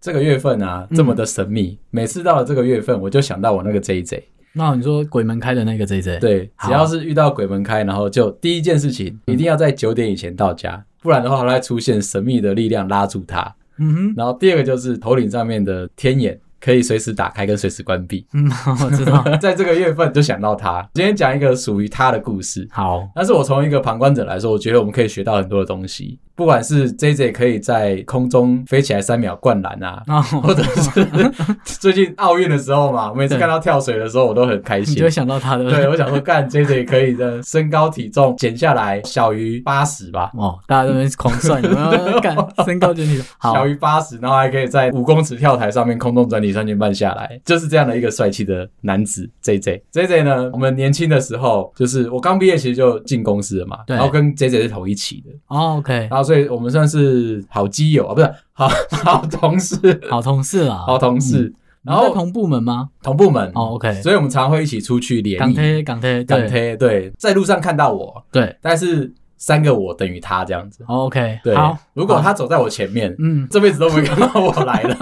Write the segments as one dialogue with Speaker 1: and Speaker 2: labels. Speaker 1: 这个月份啊这么的神秘，每次到了这个月份，我就想到我那个 J J。
Speaker 2: 那你说鬼门开的那个 J J，，
Speaker 1: 对，
Speaker 2: 好
Speaker 1: 只要是遇到鬼门开，然后就第一件事情一定要在九点以前到家，不然的话它会出现神秘的力量拉住他。
Speaker 2: 嗯
Speaker 1: 然后第二个就是头顶上面的天眼可以随时打开跟随时关闭，
Speaker 2: 哼，嗯，我知 道。
Speaker 1: 在这个月份就想到他。今天讲一个属于他的故事。
Speaker 2: 好，
Speaker 1: 但是我从一个旁观者来说，我觉得我们可以学到很多的东西，不管是 J J 可以在空中飞起来三秒灌篮啊，
Speaker 2: 那
Speaker 1: 或
Speaker 2: 我
Speaker 1: 者是 最近奥运的时候嘛，每次看到跳水的时候，我都很开
Speaker 2: 你
Speaker 1: 心
Speaker 2: 就。会想到他的，
Speaker 1: 对，我想说，干 J J 可以的，身高体重减下来小于八十吧，
Speaker 2: 哦，大家都在那边狂 算，有没有干身高减体？好
Speaker 1: 小，于八十，然后还可以在五公尺跳台上面空中转体三圈半下来，就是这样的一个帅气的男子 J J。J J 呢，我们年轻的时候，就是我刚毕业其实就进公司了嘛，
Speaker 2: 对
Speaker 1: 然后跟 J J 是同一起的，
Speaker 2: 哦，OK，
Speaker 1: 然后所以我们算是好基友啊，不是好 好同事，
Speaker 2: 好同事啦，
Speaker 1: 好同事，
Speaker 2: 嗯你们
Speaker 1: 然
Speaker 2: 在
Speaker 1: 后
Speaker 2: 同部门吗？
Speaker 1: 同部门
Speaker 2: 哦，OK，
Speaker 1: 所以我们常会一起出去联
Speaker 2: 港
Speaker 1: 谊。
Speaker 2: 铁，港铁，
Speaker 1: 港
Speaker 2: 对
Speaker 1: 贴对，在路上看到我，
Speaker 2: 对
Speaker 1: 但是三个我等于他这样子。
Speaker 2: 哦，OK，
Speaker 1: 对
Speaker 2: 好，，
Speaker 1: 如果他走在我前面，
Speaker 2: 嗯，
Speaker 1: 这辈子都不会看到我来了，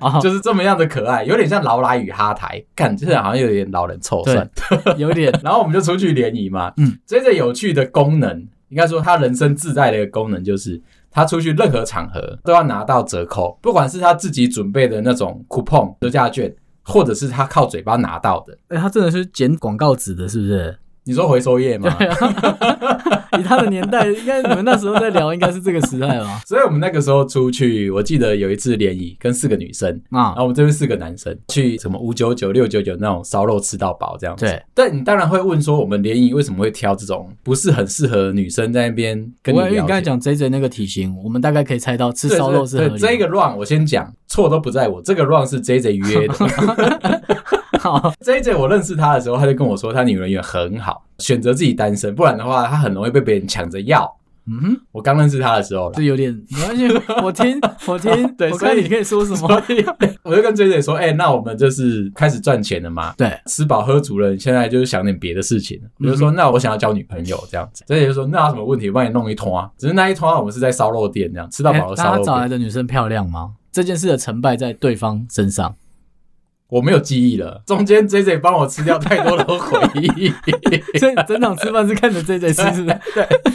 Speaker 2: 哦，
Speaker 1: 就是这么样的可爱，有点像劳拉与哈台，看这好像有点老人臭
Speaker 2: 对
Speaker 1: 酸。，
Speaker 2: 有点，
Speaker 1: 然后我们就出去联谊嘛，
Speaker 2: 嗯
Speaker 1: 嗯，这个有趣的功能，应该说他人生自带的一个功能就是。他出去任何场合都要拿到折扣，不管是他自己准备的那种 coupon 折价券，或者是他靠嘴巴拿到的。
Speaker 2: 哎，他真的是剪广告纸的，是不是？啊
Speaker 1: 你说回收业吗？
Speaker 2: 以他的年代，应该你们那时候在聊，应该是这个时代吧？
Speaker 1: 所以我们那个时候出去，我记得有一次联谊跟四个女生，
Speaker 2: 啊
Speaker 1: 然，后我们这边四个男生去什么五九九、六九九那种烧肉吃到饱这样子。
Speaker 2: 对，
Speaker 1: 但你当然会问说，我们联谊为什么会挑这种不是很适合女生在那边跟你
Speaker 2: 我因为
Speaker 1: 聊
Speaker 2: 你刚才
Speaker 1: 天？
Speaker 2: 讲 J J 那个体型，我们大概可以猜到吃
Speaker 1: 对
Speaker 2: 烧肉是合
Speaker 1: 对
Speaker 2: 理的。
Speaker 1: 这个 round 我先讲错都不在我，这个 round 是 J J 约的。
Speaker 2: 好，
Speaker 1: J J 我认识他的时候，他就跟我说他女人缘很好，选择自己单身，不然的话他很容易被别人抢着要。
Speaker 2: 嗯哼，
Speaker 1: 我刚认识他的时候啦
Speaker 2: 这有点没关系。我 听，我听，
Speaker 1: 对
Speaker 2: 我
Speaker 1: 所
Speaker 2: 看
Speaker 1: 以
Speaker 2: 你可以说什么
Speaker 1: 所。
Speaker 2: 哎
Speaker 1: 以我就跟 J J 说，哎、那我们就是开始赚钱了嘛，
Speaker 2: 对，嗯
Speaker 1: 吃饱喝足了，你现在就是想点别的事情。比如说，那我想要交女朋友这样子，J J 就说那有什么问题，我帮你弄一通啊。只是那一通啊，我们是在烧肉店这样吃到
Speaker 2: 哎
Speaker 1: 饱的烧
Speaker 2: 那他
Speaker 1: 肉
Speaker 2: 找
Speaker 1: 店，
Speaker 2: 来的女生漂亮吗？这件事的成败在对方身 上。
Speaker 1: 我没有记忆了。中间 J J 帮我吃掉太多的回忆。
Speaker 2: 所以整场吃饭是看着 J J 吃，是 不是？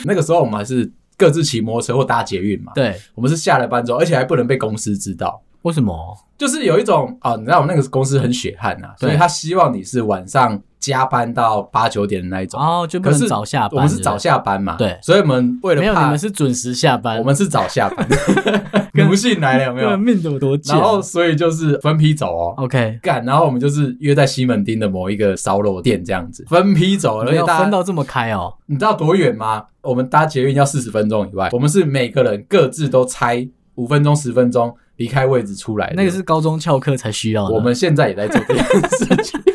Speaker 1: 那个时候我们还是各自骑摩托车或搭捷运嘛，
Speaker 2: 对，
Speaker 1: 我们是下了班之后，而且还不能被公司知道。
Speaker 2: 为什么？
Speaker 1: 就是有一种啊，你知道我们那个公司很血汗啊，
Speaker 2: 对
Speaker 1: 所以他希望你是晚上加班到八九点的那一种。
Speaker 2: 哦，就不
Speaker 1: 可
Speaker 2: 能
Speaker 1: 是
Speaker 2: 早下班。
Speaker 1: 我们是早下班嘛，
Speaker 2: 对
Speaker 1: 所以我们为
Speaker 2: 对不对
Speaker 1: 了
Speaker 2: 没有，你
Speaker 1: 怕
Speaker 2: 们是准时下班。
Speaker 1: 我们是早下 班，奴性来了有没
Speaker 2: 对
Speaker 1: 有？
Speaker 2: 命有多贱
Speaker 1: 然后所以就是分批走哦。
Speaker 2: ？OK，
Speaker 1: 干，然后我们就是约在西门町的某一个烧肉店这样子，分批走，而
Speaker 2: 没
Speaker 1: 且
Speaker 2: 有
Speaker 1: 大家
Speaker 2: 分到这么开哦。
Speaker 1: 你知道多远吗？我们搭捷运要四十分钟以外，我们是每个人各自都拆五分钟、十分钟离开位置出来的。
Speaker 2: 那个是高中翘课才需要的。
Speaker 1: 我们现在也在做这件事情。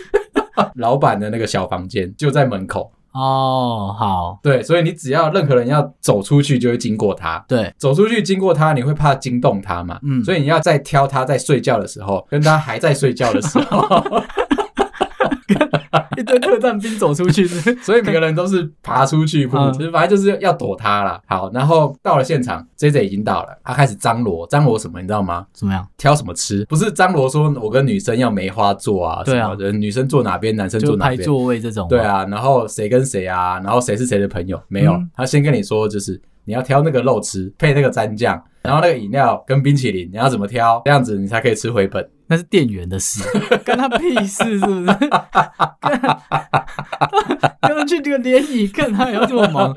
Speaker 1: 老板的那个小房间就在门口，
Speaker 2: 哦，好，
Speaker 1: 对，所以你只要任何人要走出去，就会经过他。
Speaker 2: 对，
Speaker 1: 走出去经过他，你会怕惊动他嘛？
Speaker 2: 嗯
Speaker 1: 所以你要在挑他在睡觉的时候，跟他还在睡觉的时 候，
Speaker 2: 一堆特战兵走出去是不是
Speaker 1: 所以每个人都是爬出去一步，
Speaker 2: 嗯
Speaker 1: 就是反正就是要躲他啦。好，然后到了现场，J J 已经到了，他开始张罗，张罗什么你知道吗？
Speaker 2: 怎么样？
Speaker 1: 挑什么吃？不是张罗说我跟女生要梅花座啊，
Speaker 2: 对啊
Speaker 1: 什么的，女生坐哪边，男生
Speaker 2: 就
Speaker 1: 坐哪
Speaker 2: 排
Speaker 1: 边，
Speaker 2: 座位这种吗。
Speaker 1: 对啊，然后谁跟谁啊，然后谁是谁的朋友，没有，
Speaker 2: 嗯
Speaker 1: 他先跟你说就是你要挑那个肉吃，配那个蘸酱，然后那个饮料跟冰淇淋，你要怎么挑，这样子你才可以吃回本。
Speaker 2: 那是店员的事，跟他屁事是不是？跟他去这个联谊，看他也要这么忙，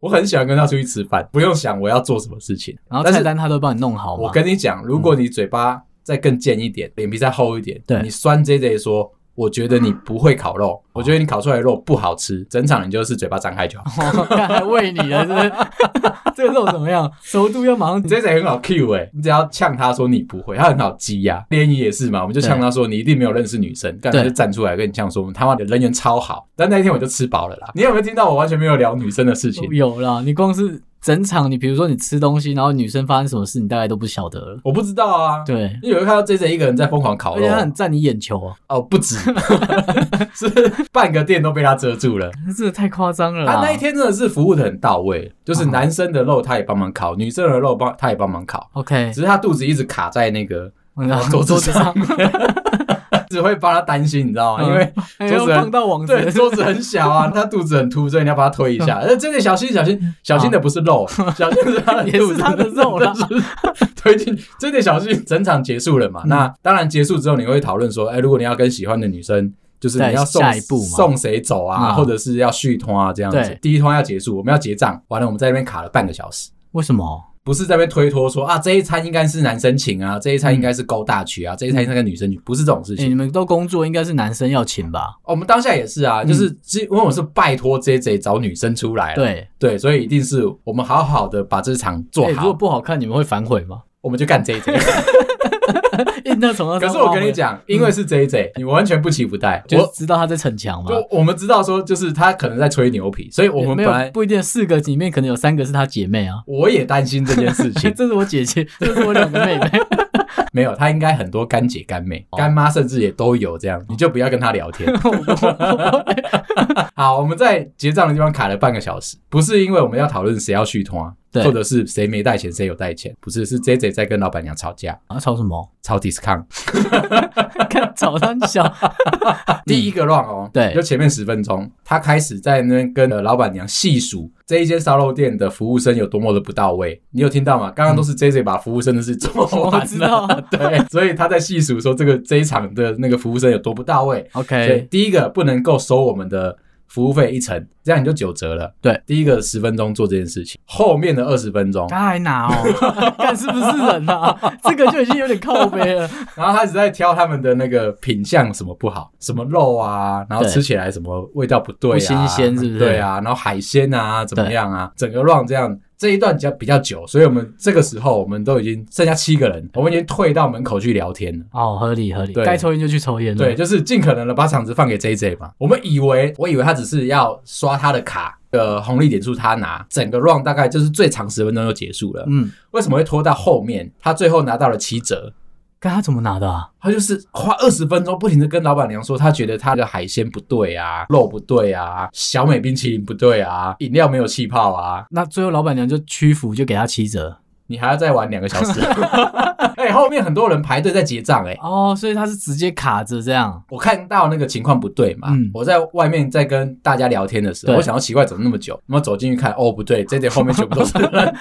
Speaker 1: 我很喜欢跟他出去吃饭，不用想我要做什么事情。
Speaker 2: 然后
Speaker 1: 但
Speaker 2: 菜
Speaker 1: 是
Speaker 2: 单他都帮你弄好嘛
Speaker 1: 我？跟你讲，如果你嘴巴再更尖一点，脸皮再厚一点，
Speaker 2: 对
Speaker 1: 你酸 J J 说。我觉得你不会烤肉，我觉得你烤出来的肉不好吃，整场你就是嘴巴张开就好。
Speaker 2: 哦看还喂你了，是 不是？这个肉怎么样？熟度要马上
Speaker 1: J J 很好 Q 哎、你只要呛他说你不会，他很好激呀、联谊也是嘛，我们就呛他说你一定没有认识女生，干脆
Speaker 2: 对
Speaker 1: 就站出来跟你呛说他妈的人缘超好。但那一天我就吃饱了啦。你有没有听到我完全没有聊女生的事情？
Speaker 2: 有啦。你光是整场你比如说你吃东西，然后女生发生什么事，你大概都不晓得了。
Speaker 1: 我不知道啊。
Speaker 2: 对，
Speaker 1: 因为有看到 J J 一个人在疯狂烤
Speaker 2: 而
Speaker 1: 肉
Speaker 2: 且，他很占你眼球啊，
Speaker 1: 哦，不 止，是半个店都被他遮住了。
Speaker 2: 真的太夸张了啦。
Speaker 1: 他啊那一天真的是服务的很到位，就是
Speaker 2: 嗯
Speaker 1: 男生的肉他也帮忙烤，女生的肉帮他也帮忙烤，
Speaker 2: OK，
Speaker 1: 只是他肚子一直卡在那个
Speaker 2: 然后
Speaker 1: 哦桌
Speaker 2: 桌
Speaker 1: 子
Speaker 2: 子
Speaker 1: 上
Speaker 2: 上，
Speaker 1: 只会帮他担心，你知道吗？
Speaker 2: 嗯
Speaker 1: 因为
Speaker 2: 哎
Speaker 1: 桌
Speaker 2: 呦
Speaker 1: 子很
Speaker 2: 碰到网
Speaker 1: 对
Speaker 2: 子，嗯
Speaker 1: 桌子很小 啊，他肚子很凸，所以你要把他推一下。呃，这个小心小心小心的不是肉，啊 小心的是他的
Speaker 2: 啊也
Speaker 1: 肚
Speaker 2: 是
Speaker 1: 子，
Speaker 2: 他的肉 啦。
Speaker 1: 推进去，这点小心。整场结束了嘛？
Speaker 2: 嗯
Speaker 1: 那当然结束之后你会讨论说，哎，如果你要跟喜欢的女生。就是
Speaker 2: 再
Speaker 1: 你要送
Speaker 2: 下一步嘛
Speaker 1: 送谁走啊，
Speaker 2: 嗯
Speaker 1: 或者是要续通啊这样子
Speaker 2: 对。
Speaker 1: 第一通要结束，我们要结账，完了我们在那边卡了半个小时。
Speaker 2: 为什么？
Speaker 1: 不是在那边推脱说啊，这一餐应该是男生请啊，这一餐应该是勾大曲啊，这一餐应该是女生请，不是这种事
Speaker 2: 哎
Speaker 1: 情。
Speaker 2: 你们都工作，应该是男生要请吧？
Speaker 1: 哦我们当下也是
Speaker 2: 嗯
Speaker 1: 啊，就是只因为我是拜托 J J 找女生出来了，
Speaker 2: 对，
Speaker 1: 对，所以一定是我们好好的把这场做
Speaker 2: 哎如果
Speaker 1: 好，
Speaker 2: 不好看，你们会反悔吗？
Speaker 1: 我们就干 J J。
Speaker 2: 硬到从头
Speaker 1: 可
Speaker 2: 上
Speaker 1: 是我跟
Speaker 2: 挖
Speaker 1: 你
Speaker 2: 回，
Speaker 1: 讲，因为是 J J，你完全不期不待，
Speaker 2: 嗯就
Speaker 1: 我
Speaker 2: 是知道他在逞强嘛。
Speaker 1: 就我们知道说，就是他可能在吹牛皮，所以我们
Speaker 2: 没
Speaker 1: 本
Speaker 2: 有
Speaker 1: 来
Speaker 2: 不一定，四个里面可能有三个是他姐妹啊。
Speaker 1: 我也担心这件事情，
Speaker 2: 这是我姐姐，这是我两个妹妹。
Speaker 1: 没有，他应该很多干姐干妹、
Speaker 2: 哦
Speaker 1: 干妈，甚至也都有这样，你就不要跟他聊 天。 好，我们在结账的地方卡了半个小时，不是因为我们要讨论谁要续通啊，
Speaker 2: 对
Speaker 1: 或者是谁没带钱谁有带钱，不是，是 J J 在跟老板娘吵架，
Speaker 2: 啊，吵什么？
Speaker 1: 吵
Speaker 2: 嗯
Speaker 1: discount。
Speaker 2: 看吵三小。
Speaker 1: 第一个 round 哦，
Speaker 2: 对
Speaker 1: 就前面十分钟，他开始在那边跟呃老板娘细数这一间烧肉店的服务生有多么的不到位，你有听到吗？刚刚都是 J J 把服务生的事做完了，
Speaker 2: 我知道
Speaker 1: 对，所以他在细数说这个这一场的那个服务生有多不到位，对，
Speaker 2: OK，
Speaker 1: 第一个不能够收我们的服务费一成，这样你就九折了。
Speaker 2: 对，啊
Speaker 1: 第一个十分钟做这件事情，后面的二十分钟，
Speaker 2: 他还拿 哦，看是不是人 啊？这个就已经有点靠背了。
Speaker 1: 然后他一直在挑他们的那个品相什么不好，什么肉啊，然后
Speaker 2: 对
Speaker 1: 吃起来什么味道不对、啊，
Speaker 2: 不新鲜是不是
Speaker 1: 对啊，然后海鲜啊怎么样啊，整个 round 这样。这一段比较比较久，所以我们这个时候我们都已经剩下七个人，我们已经退到门口去聊天了。
Speaker 2: 哦，合理合理，
Speaker 1: 对
Speaker 2: 该抽烟就去抽烟了。
Speaker 1: 对，，就是尽可能的把场子放给 J J 嘛。我们以为，我以为他只是要刷他的卡，呃，红利点数他拿，整个 round 大概就是最长十分钟就结束了。
Speaker 2: 嗯，
Speaker 1: 为什么会拖到后面？他最后拿到了七折，
Speaker 2: 看他怎么拿的啊？
Speaker 1: 他就是花二十分钟不停的跟老板娘说，他觉得他的海鲜不对啊，肉不对啊，小美冰淇淋不对啊，饮料没有气泡啊，
Speaker 2: 那最后老板娘就屈服，就给他七折。
Speaker 1: 你还要再玩两个小时。 哎、后面很多人排队在结账、哎。
Speaker 2: 哦，所以他是直接卡着这样。
Speaker 1: 我看到那个情况不对嘛，
Speaker 2: 嗯
Speaker 1: 我在外面在跟大家聊天的时候，
Speaker 2: 对
Speaker 1: 我想要奇怪怎么那么久，那么走进去看，哦不对，J J 后面全部都 是人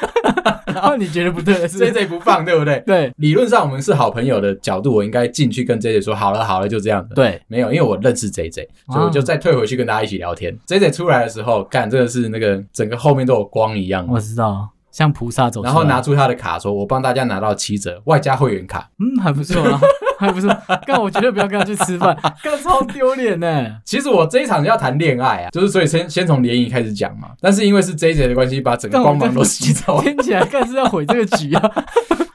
Speaker 2: 哦，你觉得不对了是不
Speaker 1: ，J
Speaker 2: 是？
Speaker 1: J 不放，对不对？
Speaker 2: 对
Speaker 1: 理论上我们是好朋友的角度，我应该进去跟 J J 说，好了好了，就这样的。
Speaker 2: 对，哦
Speaker 1: 没有，因为我认识 J J，所以我就再退回去跟大家一起聊天。J J 出来的时候，干真的是那个整个后面都有光一样，
Speaker 2: 我知道，像菩萨走出来。
Speaker 1: 然后拿出他的卡说，我帮大家拿到七折，外加会员卡。
Speaker 2: 嗯，还不错啊， 还不错。但我绝对不要跟他去吃 饭，干超丢脸呢。
Speaker 1: 其实我这一场要谈恋爱啊，就是所以先先从联谊开始讲嘛，但是因为是 J J 的关系，把整个
Speaker 2: 干
Speaker 1: 光芒都吸走 了。
Speaker 2: 听起来干是要毁这个局 啊。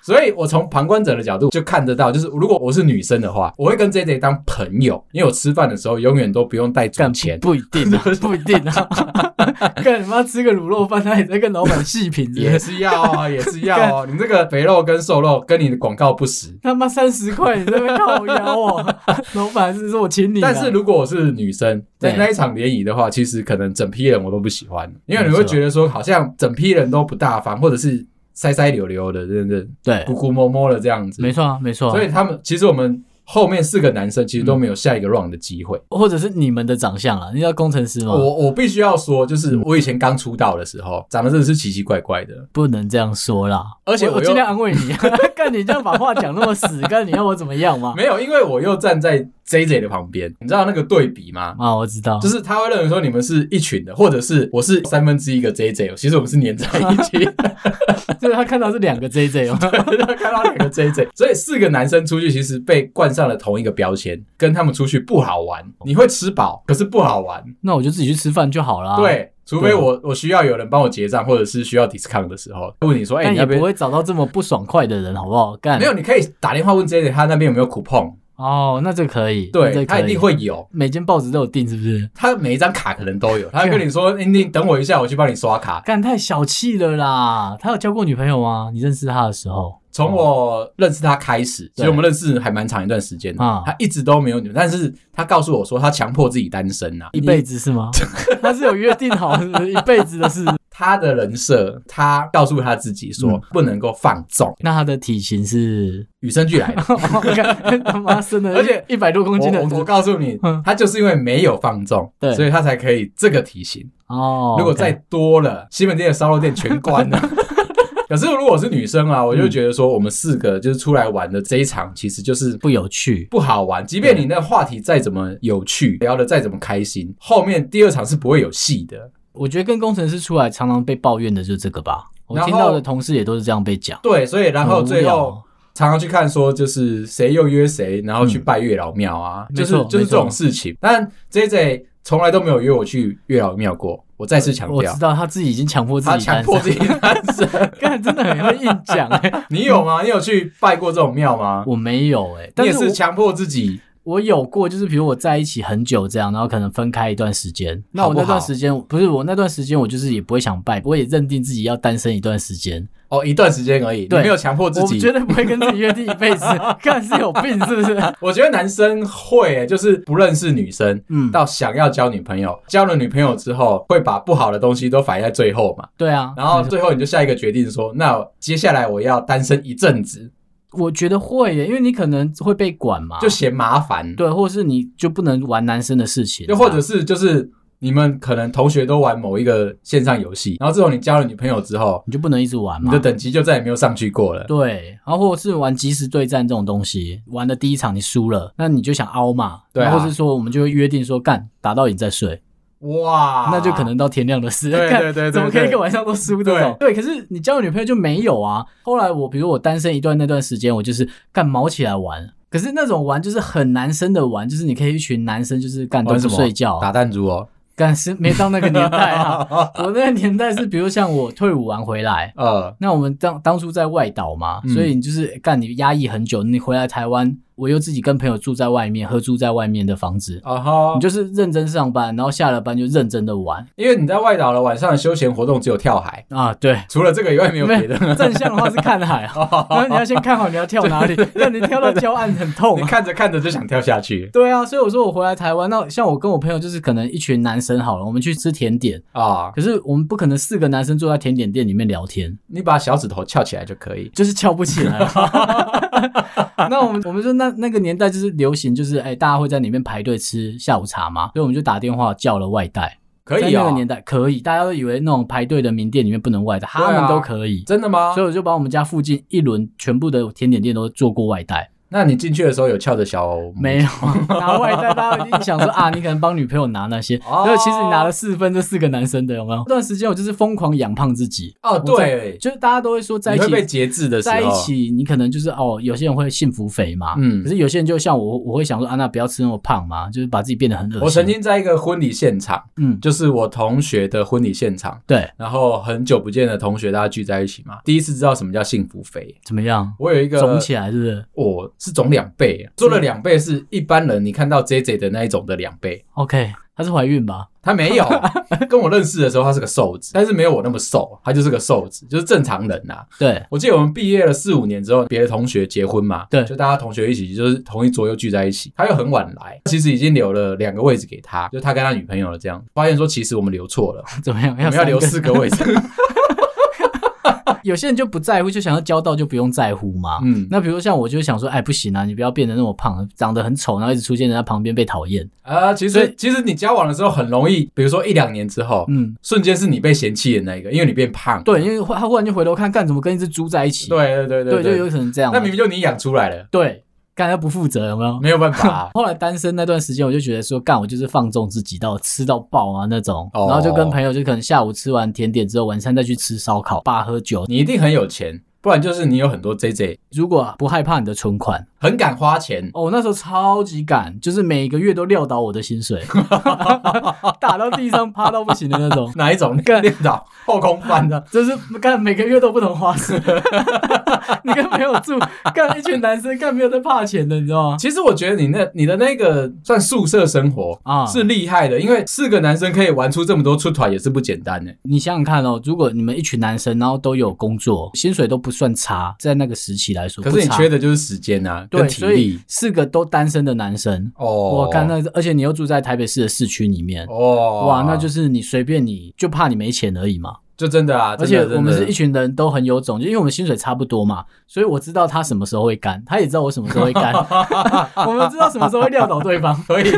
Speaker 1: 所以我从旁观者的角度就看得到，就是如果我是女生的话，我会跟 J J 当朋友，因为我吃饭的时候永远都不用带主
Speaker 2: 干
Speaker 1: 钱，
Speaker 2: 不不一 定啊，不一定啊。干你妈吃个卤肉饭，他也在跟老板细品是不
Speaker 1: 也
Speaker 2: 是，
Speaker 1: 是要啊，也是 要哦。你这个肥肉跟瘦肉跟你的广告不实。
Speaker 2: 他妈三十块，你在那边靠腰 啊？老板是说我请你啊，
Speaker 1: 但是如果我是女生，在
Speaker 2: 对
Speaker 1: 那一场联谊的话，其实可能整批人我都不喜欢，因为你会
Speaker 2: 没错
Speaker 1: 觉得说好像整批人都不大方，或者是塞塞溜溜的，真的
Speaker 2: 对，
Speaker 1: 咕咕摸摸的这样子。
Speaker 2: 没错啊，没错啊。
Speaker 1: 所以他们其实我们后面四个男生其实都没有下
Speaker 2: 嗯
Speaker 1: 一个 round 的机会。
Speaker 2: 或者是你们的长相啊，你知道工程师吗？
Speaker 1: 我我必须要说，就是
Speaker 2: 嗯
Speaker 1: 我以前刚出道的时候，长得真的是奇奇怪怪的，
Speaker 2: 不能这样说啦，
Speaker 1: 而且
Speaker 2: 我
Speaker 1: 我
Speaker 2: 我
Speaker 1: 又
Speaker 2: 尽量安慰你， 干你这样把话讲那 么死，干你要我怎么样嘛？
Speaker 1: 没有，因为我又站在 J J 的旁边，你知道那个对比吗？
Speaker 2: 啊，我知道，
Speaker 1: 就是他会认为说你们是一群的，或者是我是三分之一个 J J，其实我们是粘在一起。
Speaker 2: 就是他看到是两个 JJ 嘛，
Speaker 1: 看到两个 J J，所以四个男生出去其实被冠上了同一个标签，跟他们出去不好玩。你会吃饱，可是不好玩。
Speaker 2: 那我就自己去吃饭就好啦。，
Speaker 1: 对，除非
Speaker 2: 啊对
Speaker 1: 我我需要有人帮我结账，或者是需要 discount 的时候，问你说，哎、
Speaker 2: 但
Speaker 1: 你
Speaker 2: 也
Speaker 1: 要不
Speaker 2: 不
Speaker 1: 要？
Speaker 2: 会找到这么不爽快的人，好不好？干
Speaker 1: 没有，你可以打电话问 J J 他那边有没有 coupon。
Speaker 2: 哦，那这可以，那
Speaker 1: 对
Speaker 2: 这
Speaker 1: 他
Speaker 2: 可
Speaker 1: 一
Speaker 2: 以
Speaker 1: 定会有，
Speaker 2: 每间报纸都有订，是不是？
Speaker 1: 他每一张卡可能都有，他会跟你 说，欸你等我一下，我去帮你刷卡。
Speaker 2: 干太小气了啦！他有交过女朋友吗？你认识他的时候？
Speaker 1: 从我认识他开始，其实
Speaker 2: 哦对
Speaker 1: 我们认识还蛮长一段时间的
Speaker 2: 啊，
Speaker 1: 他一直都没有女，但是他告诉我说他强迫自己单身啊，
Speaker 2: 一辈子 是吗？他是有约定好是不是一辈子的事。
Speaker 1: 他的人设，他告诉他自己说
Speaker 2: 嗯
Speaker 1: 不能够放纵，
Speaker 2: 那他的体型是，
Speaker 1: 与生俱来的。
Speaker 2: 哦干他妈生的，
Speaker 1: 而且
Speaker 2: 一百多公斤的
Speaker 1: 我我告诉你
Speaker 2: 嗯，
Speaker 1: 他就是因为没有放纵，
Speaker 2: 对
Speaker 1: 所以他才可以这个体型。
Speaker 2: 哦。
Speaker 1: 如果
Speaker 2: OK
Speaker 1: 再多了，西门町的烧肉店全关 了。可是如果是女生啊，我
Speaker 2: 嗯
Speaker 1: 就觉得说我们四个就是出来玩的这一场，其实就是
Speaker 2: 不有趣，
Speaker 1: 不好玩。即便你那话题再怎么有趣，聊得再怎么开心，后面第二场是不会有戏的。
Speaker 2: 我觉得跟工程师出来常常被抱怨的就是这个吧。我
Speaker 1: 然后
Speaker 2: 听到的同事也都是这样被讲。
Speaker 1: 对，所以然后
Speaker 2: 很无
Speaker 1: 最
Speaker 2: 聊
Speaker 1: 后常常去看说，就是谁又约谁，然后去拜月老庙啊，
Speaker 2: 嗯
Speaker 1: 就是
Speaker 2: 没错
Speaker 1: 就是这种事情。但 J J 从来都没有约我去月老庙过，我再次强
Speaker 2: 我
Speaker 1: 调
Speaker 2: 知，道他自己已经强迫自
Speaker 1: 他
Speaker 2: 己
Speaker 1: 强
Speaker 2: 单
Speaker 1: 迫自
Speaker 2: 身，
Speaker 1: 己单 身。
Speaker 2: 干真的很会硬讲哎、
Speaker 1: 你有吗？你有去拜过这种庙吗？
Speaker 2: 我没有哎、
Speaker 1: 你
Speaker 2: 但
Speaker 1: 也
Speaker 2: 是我
Speaker 1: 是强迫自己
Speaker 2: 我有过，就是比如我在一起很久这样，然后可能分开一段时间。那
Speaker 1: 好
Speaker 2: 我
Speaker 1: 不好
Speaker 2: 那段时间不是我那段时间，我就是也不会想拜，我也认定自己要单身一段时间，
Speaker 1: 哦，一段时间而已，你
Speaker 2: 对
Speaker 1: 没有强迫自
Speaker 2: 我
Speaker 1: 己。
Speaker 2: 绝对不会跟自己约定一 辈子，看是有病是不是？
Speaker 1: 我觉得男生会、欸就是不认识女生，
Speaker 2: 嗯，
Speaker 1: 到想要交女朋友，交了女朋友之后，会把不好的东西都反映在最后嘛。
Speaker 2: 对啊。
Speaker 1: 然后最后你就下一个决定说，那接下来我要单身一阵子，
Speaker 2: 我觉得会耶，因为你可能会被管嘛，
Speaker 1: 就嫌麻烦，
Speaker 2: 啊对，或者是你就不能玩男生的事情，
Speaker 1: 又或者是就是你们可能同学都玩某一个线上游戏，然后之后你交了女朋友之后，
Speaker 2: 你就不能一直玩
Speaker 1: 你
Speaker 2: 嘛
Speaker 1: 的。等级就再也没有上去过了。
Speaker 2: 啊对，然后或者是玩即时对战这种东西，玩的第一场你输了，那你就想凹嘛，
Speaker 1: 对啊
Speaker 2: 然后或者是说我们就会约定说干打到你再睡，
Speaker 1: 哇，
Speaker 2: 那就可能到天亮的事。
Speaker 1: 啊对
Speaker 2: 干
Speaker 1: 对对对
Speaker 2: 怎么可以一个晚上都输这种？对，可是你交了女朋友就没有啊。后来我比如我单身一段那段时间，我就是干毛起来玩。可是那种玩就是很男生的玩，就是你可以一群男生就是干都
Speaker 1: 玩什
Speaker 2: 不
Speaker 1: 么
Speaker 2: 睡觉、
Speaker 1: 打弹珠哦，
Speaker 2: 干是没到那个 年代啊。 我那个年代是比如像我退伍完回来，
Speaker 1: 呃，
Speaker 2: 那我们当当初在外岛嘛，
Speaker 1: 嗯
Speaker 2: 所以你就是干你压抑很久，你回来台湾，我又自己跟朋友住在外面，合住在外面的房子，
Speaker 1: 啊哈，
Speaker 2: 你就是认真上班，然后下了班就认真的玩
Speaker 1: 因为你在外岛的晚上的休闲活动只有跳海，
Speaker 2: 啊，对。
Speaker 1: 除了这个以外没有别的。 哦
Speaker 2: 正向的话是看 海啊，然后你要先看好你要跳哪里，那你跳到礁岸很痛
Speaker 1: 你
Speaker 2: 啊。
Speaker 1: 看着看着就想跳下去
Speaker 2: 对啊，所以我说我回来台湾，那像我跟我朋友就是可能一群男生好了，我们去吃甜点，
Speaker 1: 啊！
Speaker 2: 可是我们不可能四个男生坐在甜点店里面聊天，
Speaker 1: 你把小指头翘起来就可以。
Speaker 2: 就是翘不起来 了。 那我们我们就那那个年代就是流行，就是哎、大家会在里面排队吃下午茶嘛，所以我们就打电话叫了外带。
Speaker 1: 可以
Speaker 2: 在
Speaker 1: 啊、
Speaker 2: 那个年代可以，大家都以为那种排队的名店里面不能外带，他
Speaker 1: 对啊
Speaker 2: 们都可以。
Speaker 1: 真的吗
Speaker 2: 所？以我就把我们家附近一轮全部的甜点店都做过外带，
Speaker 1: 那你进去的时候有翘着小
Speaker 2: 没有 拿外带，大家一定想说啊，你可能帮女朋友拿那些，
Speaker 1: 哦
Speaker 2: 然后其实你拿了四分，这四个男生的有没有？那段时间我就是疯狂养胖自己，
Speaker 1: 哦？对，
Speaker 2: 就是大家都会说在一
Speaker 1: 你会被
Speaker 2: 起。
Speaker 1: 节制的时候，
Speaker 2: 在一起，你可能就是哦，有些人会幸福肥嘛，
Speaker 1: 嗯
Speaker 2: 可是有些人就像我，我会想说啊，那不要吃那么胖嘛，就是把自己变得很恶心。
Speaker 1: 我曾，经在一个婚礼现场，
Speaker 2: 嗯，
Speaker 1: 就是我同学的婚礼现场，
Speaker 2: 对，
Speaker 1: 然后很久不见的同学，大家聚在一起嘛，第一次知道什么叫幸福肥。
Speaker 2: 怎么样，
Speaker 1: 我有一个
Speaker 2: 肿起来是不是
Speaker 1: 我哦是肿两倍，啊做了两倍是一般人你看到 J J 的那一种的两倍，
Speaker 2: ？OK，她是怀孕吧？
Speaker 1: 他没 有。跟我认识的时候他是个瘦子，但是没有我那么瘦，他就是个瘦子，就是正常人啊。
Speaker 2: 对，
Speaker 1: 我记得我们毕业了四五年之后，别的同学结婚嘛，
Speaker 2: 对
Speaker 1: 就大家同学一起，就是同一桌又聚在一起，他又很晚来，其实已经留了两个位置给他，就他跟他女朋友了这样，发现说其实我们留错了，
Speaker 2: 怎么样？
Speaker 1: 我们要
Speaker 2: 三
Speaker 1: 留
Speaker 2: 个
Speaker 1: 四个位置，
Speaker 2: 有些人就不在乎，就想要交到就不用在乎嘛。
Speaker 1: 嗯
Speaker 2: 那比如像我就想说，哎，不行啊，你不要变得那么胖，长得很丑，然后一直出现在他旁边被讨厌。
Speaker 1: 啊，其
Speaker 2: 所
Speaker 1: 实
Speaker 2: 以
Speaker 1: 其实你交往的时候很容易，比如说一两年之后，
Speaker 2: 嗯，
Speaker 1: 瞬间是你被嫌弃的那一个，因为你变胖，
Speaker 2: 对，因为忽他忽然就回头看，干怎么跟一只猪在一起？
Speaker 1: 对对对
Speaker 2: 对，就
Speaker 1: 对，
Speaker 2: 有可能这样嘛。啊
Speaker 1: 那明明就你养出来了，
Speaker 2: 对，干他不负责有没有？，
Speaker 1: 没有办法啊
Speaker 2: 后来单身那段时间，我就觉得说，干我就是放纵自己到吃到爆啊那种，
Speaker 1: 哦
Speaker 2: 然后就跟朋友就可能下午吃完甜点之后，晚餐再去吃烧烤、爸喝酒。
Speaker 1: 你一定很有钱，不然就是你有很多 J J，
Speaker 2: 如果不害怕你的存款，
Speaker 1: 很敢花钱，
Speaker 2: 哦，我那时候超级赶，就是每个月都撂倒我的薪水，打到地上趴到不行的那种。
Speaker 1: 哪一种？
Speaker 2: 干
Speaker 1: 练到后空翻的。
Speaker 2: 就是干每个月都不同花式，你跟朋友住，干一群男生干没有在怕钱的，你知道吗？
Speaker 1: 其实我觉得你那你的那个算宿舍生活
Speaker 2: 啊
Speaker 1: 是厉害的，因为四个男生可以玩出这么多出团也是不简单的。
Speaker 2: 你想想看哦，如果你们一群男生，然后都有工作，薪水都不算差，在那个时期来说，
Speaker 1: 可是你
Speaker 2: 不差
Speaker 1: 缺的就是时间啊，跟
Speaker 2: 对，
Speaker 1: 体
Speaker 2: 所以
Speaker 1: 力。
Speaker 2: 四个都单身的男生，
Speaker 1: 哦，
Speaker 2: 我看那，而且你又住在台北市的市区里面，
Speaker 1: 哦，
Speaker 2: 哇，那就是是你随便你就怕你没钱而已嘛。
Speaker 1: 就真的啊，
Speaker 2: 而
Speaker 1: 真的
Speaker 2: 且我们是
Speaker 1: 真
Speaker 2: 一。
Speaker 1: 的
Speaker 2: 群人都很有种，就因为我们薪水差不多嘛，所以我知道他什么时候会干，他也知道我什么时候 会干，我们知道什么时候会撂倒对方。
Speaker 1: 可以，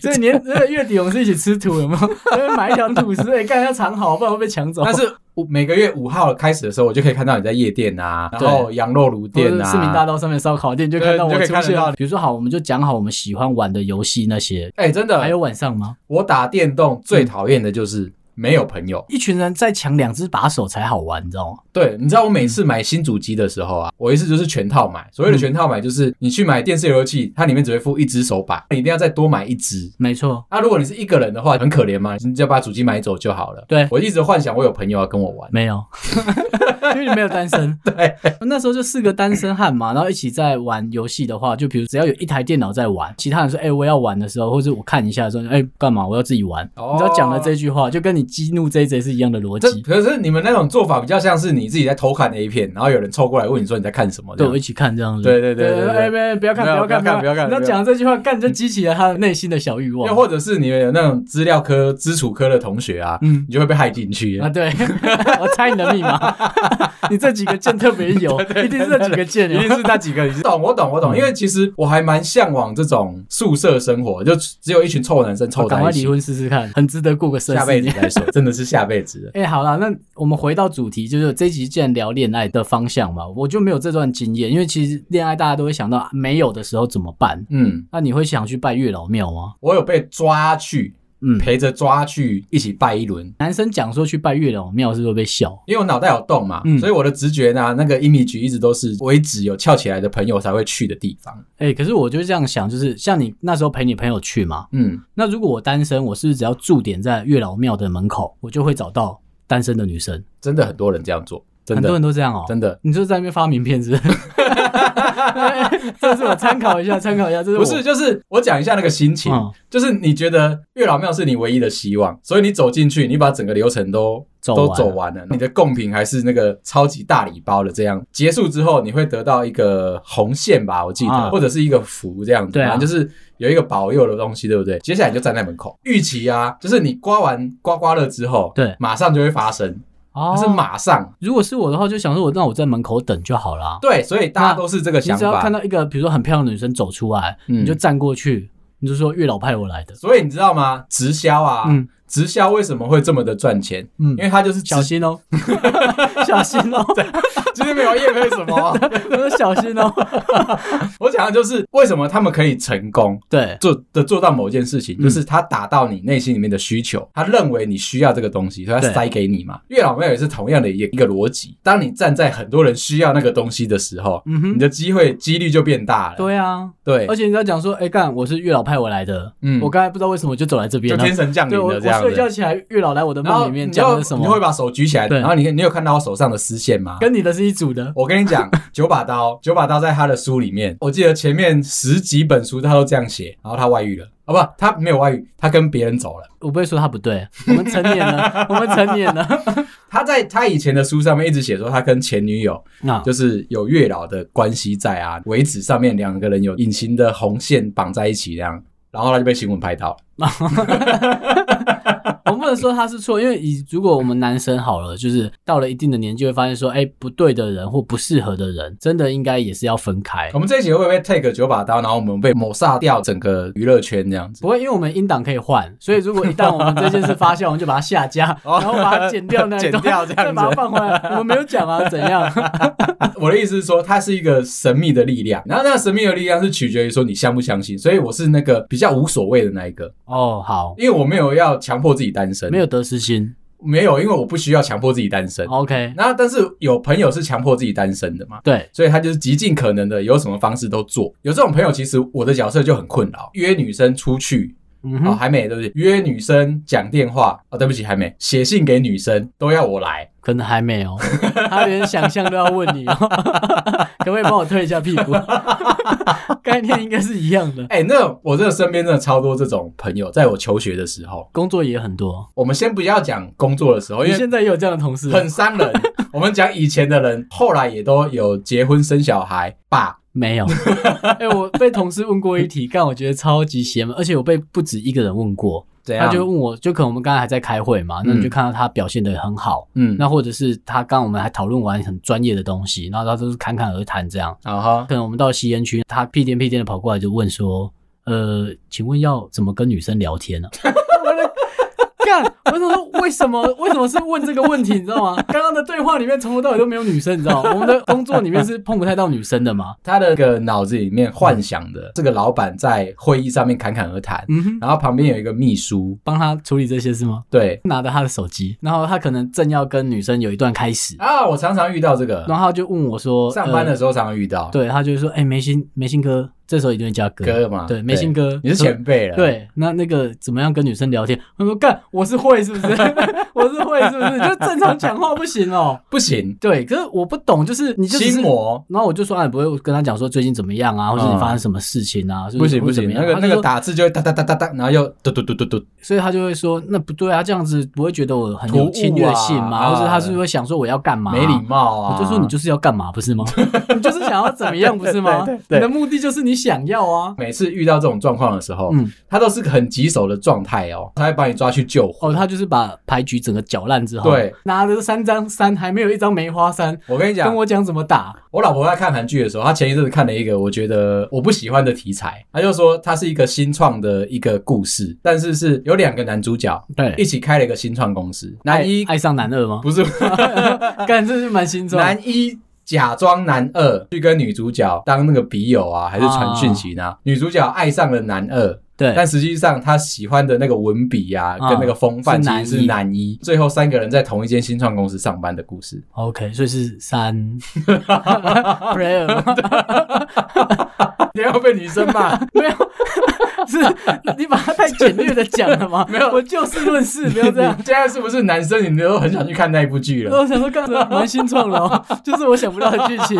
Speaker 2: 所以年那个月底我们是一起吃土，有没有？因为买一条土司，哎，干要藏好，不然会被抢走。
Speaker 1: 但是我每个月五号开始的时候，我就可以看到你在夜店啊，然
Speaker 2: 对
Speaker 1: 后羊肉炉
Speaker 2: 或者
Speaker 1: 店啊，
Speaker 2: 市民大道上面烧烤店，你就看到我
Speaker 1: 对你就可以
Speaker 2: 出
Speaker 1: 看得
Speaker 2: 现
Speaker 1: 到
Speaker 2: 了。比如说，好，我们就讲好我们喜欢玩的游戏那些。
Speaker 1: 哎、真的，
Speaker 2: 还有晚嗯上吗？
Speaker 1: 我打电动最讨厌的就是没有朋友。
Speaker 2: 一群人在抢两只把手才好玩，你知道吗？
Speaker 1: 对，你知道我每次
Speaker 2: 嗯
Speaker 1: 买新主机的时候啊，我一次就是全套买。所谓的全套买，就是你去买电视游乐器，它里面只会附一只手把，你一定要再多买一只。啊
Speaker 2: 没错，
Speaker 1: 那、如果你是一个人的话，很可怜嘛，你只要把主机买走就好了。
Speaker 2: 对
Speaker 1: 我一直幻想我有朋友要跟我玩，
Speaker 2: 没有， 因为你没有单身。
Speaker 1: 对，
Speaker 2: 那时候就四个单身汉嘛，然后一起在玩游戏的话，就比如只要有一台电脑在玩，其他人说：“哎、我要玩的时候，或者我看一下的时候，哎、干嘛？我要自己玩。
Speaker 1: 哦
Speaker 2: 你只要讲了这句话，就跟你激怒这一贼是一样的逻
Speaker 1: 这
Speaker 2: 辑。
Speaker 1: 可是你们那种做法比较像是你自己在偷看 A 片，然后有人凑过来问你说你在看什么这
Speaker 2: 对，
Speaker 1: 样，
Speaker 2: 我一起看这样子。
Speaker 1: 对对对对对
Speaker 2: 哎，别不要看，
Speaker 1: 没有
Speaker 2: 要看，
Speaker 1: 不要看
Speaker 2: 不要
Speaker 1: 不要看
Speaker 2: 你要讲了这句话，干，你就激起了他内心的小欲望。
Speaker 1: 又或者是你们有那种资料科、资处科的同学啊，
Speaker 2: 嗯
Speaker 1: 你就会被害进去
Speaker 2: 啊，。对， 我猜你的密码， 你这几个键特别 有，一定是这几个键
Speaker 1: 一
Speaker 2: 有。
Speaker 1: 定是嗯那几个，你懂我懂我懂，因为其实我还蛮向往这种宿舍生活，就只有一群臭男生凑
Speaker 2: 赶
Speaker 1: 在
Speaker 2: 快
Speaker 1: 一
Speaker 2: 离
Speaker 1: 起，
Speaker 2: 婚试试看，很值得过个生
Speaker 1: 下
Speaker 2: 四
Speaker 1: 辈子
Speaker 2: 年。
Speaker 1: 再 说，真的是下辈子了。
Speaker 2: 哎、好啦，那我们回到主题，就是这集既然聊恋爱的方向嘛，我就没有这段经验，因为其实恋爱大家都会想到啊没有的时候怎么办。
Speaker 1: 嗯，
Speaker 2: 那你会想去拜月老庙吗？
Speaker 1: 我有被抓去
Speaker 2: 嗯，
Speaker 1: 陪着抓去一起拜一轮，
Speaker 2: 男生讲说去拜月老庙是不是会被笑？
Speaker 1: 因为我脑袋有洞嘛，
Speaker 2: 嗯
Speaker 1: 所以我的直觉呢，那个 image 一直都是我一直有翘起来的朋友才会去的地方。
Speaker 2: 哎、可是我就是这样想，就是像你那时候陪你朋友去嘛，
Speaker 1: 嗯，
Speaker 2: 那如果我单身，我是不是只要驻点在月老庙的门口，我就会找到单身的女生？
Speaker 1: 真的很多人这样做，真
Speaker 2: 很多
Speaker 1: 的
Speaker 2: 人都这样哦、
Speaker 1: 真的。
Speaker 2: 你就是在那边发名片是 不是？这是我参考一下，参考一下，这是
Speaker 1: 不
Speaker 2: 我
Speaker 1: 是，就是我讲一下那个心情，
Speaker 2: 嗯
Speaker 1: 就是你觉得月老庙是你唯一的希望，所以你走进去，你把整个流程都
Speaker 2: 走完
Speaker 1: 都
Speaker 2: 了
Speaker 1: 走完了，你的贡品还是那个超级大礼包的这样。结束之后，你会得到一个红线吧，我记得，
Speaker 2: 啊
Speaker 1: 或者是一个符这样子，
Speaker 2: 对啊
Speaker 1: 反正就是有一个保佑的东西，对不对？接下来你就站在门口，预期啊，就是你刮完刮刮乐之后，
Speaker 2: 对
Speaker 1: 马上就会发生，
Speaker 2: 哦
Speaker 1: 它是马上。
Speaker 2: 如果是我的话，就想说我那我在门口等就好啦。
Speaker 1: 对，所以大家
Speaker 2: 那
Speaker 1: 都是这个
Speaker 2: 你
Speaker 1: 想
Speaker 2: 只要
Speaker 1: 法
Speaker 2: 看。到一个比如说很漂亮的女生走出来，
Speaker 1: 嗯
Speaker 2: 你就站过去，你就说月老派我来的。
Speaker 1: 所以你知道吗？直销啊，
Speaker 2: 嗯
Speaker 1: 直销为什么会这么的赚钱？
Speaker 2: 嗯
Speaker 1: 因为它就是直
Speaker 2: 小心哦，小心哦！
Speaker 1: 今天没有夜配什么，
Speaker 2: 我说小 心哦。
Speaker 1: 我讲的就是为什么他们可以成功
Speaker 2: 对，
Speaker 1: 做的做到某件事情，
Speaker 2: 嗯
Speaker 1: 就是他达到你内心里面的需求，他认为你需要这个东西，所以他
Speaker 2: 对
Speaker 1: 塞给你嘛。月老庙也是同样的一个一个逻辑，当你站在很多人需要那个东西的时候，
Speaker 2: 嗯
Speaker 1: 你
Speaker 2: 哼，
Speaker 1: 的机会几率就变大了。
Speaker 2: 对啊。
Speaker 1: 对
Speaker 2: 而，且你要讲说，哎干，我是月老派我来的。
Speaker 1: 嗯
Speaker 2: 我刚才不知道为什么就走来这边
Speaker 1: 就
Speaker 2: 了。
Speaker 1: 天神降
Speaker 2: 对
Speaker 1: 临
Speaker 2: 我，
Speaker 1: 了
Speaker 2: 我
Speaker 1: 这样
Speaker 2: 睡觉
Speaker 1: 子。
Speaker 2: 起来，月老来我的
Speaker 1: 然后
Speaker 2: 梦里面
Speaker 1: 你
Speaker 2: 讲
Speaker 1: 就
Speaker 2: 的什么？
Speaker 1: 你会把手举起来，
Speaker 2: 对
Speaker 1: 然后你你有看到我手上的丝线吗？
Speaker 2: 跟你的是一组的。
Speaker 1: 我跟你讲，九把刀，九把刀在他的书里面，我记得前面十几本书他都这样写，然后他外遇了，哦不，他没有外遇，他跟别人走了。
Speaker 2: 我不会说他不对，我们成年了，我们成年了。
Speaker 1: 他在他以前的书上面一直写说，他跟前女友
Speaker 2: 啊，
Speaker 1: 就是有月老的关系在啊，为止上面两个人有隐形的红线绑在一起这样，然后他就被新闻拍到了。
Speaker 2: 我不能说他是错，因为以如果我们男生好了，就是到了一定的年纪，会发现说，哎、不对的人或不适合的人，真的应该也是要分开
Speaker 1: 我。们这一集会不会 take 九把刀，然后我们被抹杀掉整个娱乐圈这样子？
Speaker 2: 不会，因为我们音档可以换，所以如果一旦我们这件事发酵，我们就把它下架，
Speaker 1: 哦
Speaker 2: 然后把它剪掉那一
Speaker 1: 剪
Speaker 2: 段，
Speaker 1: 掉这样子
Speaker 2: 再把它放回来。我们没有讲啊，怎样？
Speaker 1: 我的意思是说，它是一个神秘的力量，然后那个神秘的力量是取决于说你相不相信，所以我是那个比较无所谓的那一个，
Speaker 2: 哦，好，
Speaker 1: 因为我没有要强迫自己单身，
Speaker 2: 没有哦得失心。
Speaker 1: 没有，因为我不需要强迫自己单身。
Speaker 2: OK，
Speaker 1: 那但是有朋友是强迫自己单身的嘛，
Speaker 2: 对，
Speaker 1: 所以他就是极尽可能的有什么方式都做。有这种朋友，其实我的角色就很困扰，约女生出去。
Speaker 3: 嗯
Speaker 1: 哦，
Speaker 3: 哼，
Speaker 1: 还没，对不对？约女生讲电话，哦，对不起，还没，写信给女生都要我来，
Speaker 2: 可能还没哦，他连想象都要问你哦， 可不可以帮我推一下屁股？ 概念应该是一样的，
Speaker 1: 哎、那我这身边真的超多这种朋友，在我求学的时候，
Speaker 2: 工作也很多。
Speaker 1: 我们先不要讲工作的时候，
Speaker 2: 你
Speaker 1: 哦因为
Speaker 2: 现在也有这样的同事啊？
Speaker 1: 很伤 人。我们讲以前的人，后来也都有结婚生小孩吧？
Speaker 2: 没有，哎、我被同事问过一题，但我觉得超级邪门，而且我被不止一个人问过，
Speaker 1: 怎
Speaker 2: 他就问我，就可能我们刚才还在开会嘛，那
Speaker 1: 嗯
Speaker 2: 你就看到他表现得很好，
Speaker 1: 嗯，
Speaker 2: 那或者是他刚我们还讨论完很专业的东西，然后他都是侃侃而谈这样，
Speaker 1: 啊哈，
Speaker 2: 可能我们到吸烟区，他屁颠屁颠的跑过来就问说，呃，请问要怎么跟女生 聊天呢、啊？干，我想说为什么为什么是问这个问题，你知道吗？ 刚刚的对话里面从头到尾都没有女生，你知道吗？我们的工作里面是碰不太到女生的嘛。
Speaker 1: 他的个脑子里面幻想的这个老板在会议上面侃侃而谈，
Speaker 2: 嗯哼，
Speaker 1: 然后旁边有一个秘书，
Speaker 2: 帮他处理这些事吗？
Speaker 1: 对
Speaker 2: 拿着他的手机，然后他可能正要跟女生有一段开始，
Speaker 1: 啊，我常常遇到这个，
Speaker 2: 然后他就问我说：“
Speaker 1: 上班的
Speaker 2: 呃
Speaker 1: 时候常常遇到，
Speaker 2: 对他就会说，哎、梅心梅心哥，这时候一定会叫哥，
Speaker 1: 哥嘛，
Speaker 2: 对，梅心哥，
Speaker 1: 你是前辈了，，
Speaker 2: 对，那那个怎么样跟女生聊天？他说干，我是会是不 是？我是会是不是？就正常讲话不行哦。
Speaker 1: 不行，
Speaker 2: 对，可是我不懂，就是你就只
Speaker 1: 心
Speaker 2: 是。
Speaker 1: 魔。嗯
Speaker 2: 然后我就说，哎，不会跟他讲说最近怎么样啊，或者你发生什么事情啊？就是
Speaker 1: 不行
Speaker 2: 会
Speaker 1: 不
Speaker 2: 怎
Speaker 1: 行，
Speaker 2: 么
Speaker 1: 那个
Speaker 2: 样他
Speaker 1: 那
Speaker 2: 就
Speaker 1: 个
Speaker 2: 说
Speaker 1: 打字就会哒哒哒哒哒，然后又嘟嘟嘟嘟嘟，
Speaker 2: 所以他就会说，那不对啊，这样子不会觉得我很有侵略性吗？
Speaker 1: 突兀啊
Speaker 2: 或者他是不是会想说我要干嘛、
Speaker 1: 没礼。貌啊！
Speaker 2: 我就说你就是要干嘛，不是吗？你就是想要怎么样，不是吗？
Speaker 1: 对对
Speaker 2: 你的目的就是你想要啊。
Speaker 1: 每次遇到这种状况的时候，
Speaker 2: 嗯，
Speaker 1: 他都是个很棘手的状态哦，他会把你抓去救火。
Speaker 2: 哦，他就是把牌局整个搅烂之后，
Speaker 1: 对，
Speaker 2: 拿着三张三，还没有一张梅花三，
Speaker 1: 我跟你讲，
Speaker 2: 跟
Speaker 1: 我
Speaker 2: 我讲怎么打。
Speaker 1: 老婆在看韩剧的时候，她前一阵子看了一个我觉得我不喜欢的题材，她就说它是一个新创的一个故事，但是是有两个男主角一
Speaker 2: 对，
Speaker 1: 起开了一个新创公司，男一
Speaker 2: 爱上男二吗？
Speaker 1: 不是
Speaker 2: 干，这是蛮心酸。
Speaker 1: 男一假装男二去跟女主角当那个笔友啊，还是传讯息呢？女主角爱上了男二，
Speaker 2: 啊对，
Speaker 1: 但实际上他喜欢的那个文笔呀、
Speaker 2: 啊
Speaker 1: 跟那个风范其
Speaker 2: 是男一
Speaker 1: 实是男一。最后三个人在同一间新创公司上班的故 事，
Speaker 2: OK，所以 是三 prayer 吗
Speaker 1: 你要被女生 骂。
Speaker 2: 没有，是你把它太简略的讲了吗？
Speaker 1: 没有
Speaker 2: 我就事论事，不
Speaker 1: 不
Speaker 2: 要 这样。
Speaker 1: 现在是不是男生你都很想去看那一部剧了？
Speaker 2: 我想说，刚才蛮新创的哦，就是我想不到的剧情。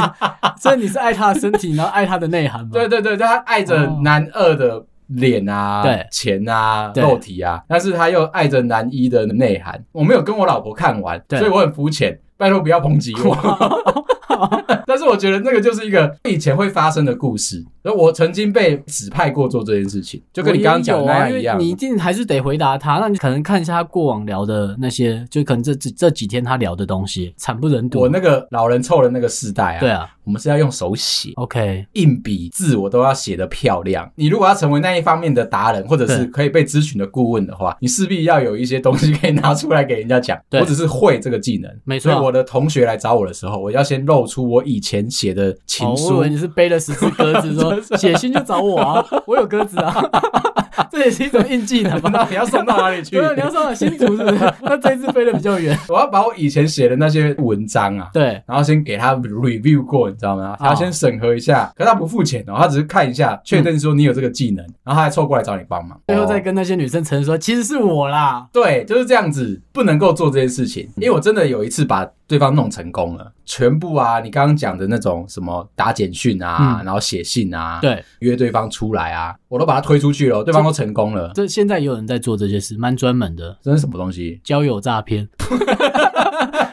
Speaker 2: 所以你是爱他的身体，然后爱他的内涵吗？
Speaker 1: 对，对对，他爱着男二的。脸啊，
Speaker 2: 对
Speaker 1: 钱啊，
Speaker 2: 对
Speaker 1: 肉体啊，但是他又爱着男一的内涵。我没有跟我老婆看完，
Speaker 2: 对
Speaker 1: 所以我很肤浅，拜托不要抨击 我。但是我觉得那个就是一个以前会发生的故事，而我曾经被指派过做这件事情，就跟你刚刚讲的那样一样。
Speaker 2: 啊你一定还是得回答他。那你可能看一下他过往聊的那些，就可能这这这几天他聊的东西，惨不忍睹。
Speaker 1: 我那个老人臭的那个时代啊，
Speaker 2: 对啊
Speaker 1: 我们是要用手写，
Speaker 2: ，OK，
Speaker 1: 硬笔字我都要写得漂亮。你如果要成为那一方面的达人，或者是
Speaker 2: 对
Speaker 1: 可以被咨询的顾问的话，你势必要有一些东西可以拿出来给人家讲。
Speaker 2: 对
Speaker 1: 我只是会这个技能，
Speaker 2: 没错
Speaker 1: 所以我的同学来找我的时候，我要先露出我以前写的情
Speaker 2: 哦，我以
Speaker 1: 书。
Speaker 2: 为你是背了十只鸽 子
Speaker 1: 真
Speaker 2: 说写信就找我啊，我有鸽子啊， 这也是一种印记的
Speaker 1: 那
Speaker 2: 吧？
Speaker 1: 你要送到哪里去
Speaker 2: 对？啊，你要上新竹是不是？ 那这一次飞得比较远。
Speaker 1: 我要把我以前写的那些文章啊，
Speaker 2: 对，
Speaker 1: 然后先给他 review 过，你知道
Speaker 2: 哦
Speaker 1: 吗？他先审核一下，可他不付钱哦，他只是看一下，确认说你有这个技能，然后他还凑过来找你帮忙，
Speaker 2: 嗯最后再跟那些女生承认说，其实是我啦。
Speaker 1: 对，就是这样子，不能够做这件事情。因为我真的有一次把对方弄成功了，全部啊，你刚刚讲的那种什么打简讯啊，
Speaker 2: 嗯
Speaker 1: 然后写信啊，，
Speaker 2: 对，
Speaker 1: 约对方出来啊，我都把他推出去了，对方都成功了，
Speaker 2: 这现在也有人在做这些事，蛮专门的
Speaker 1: 这是什么东 西？
Speaker 2: 交友诈骗。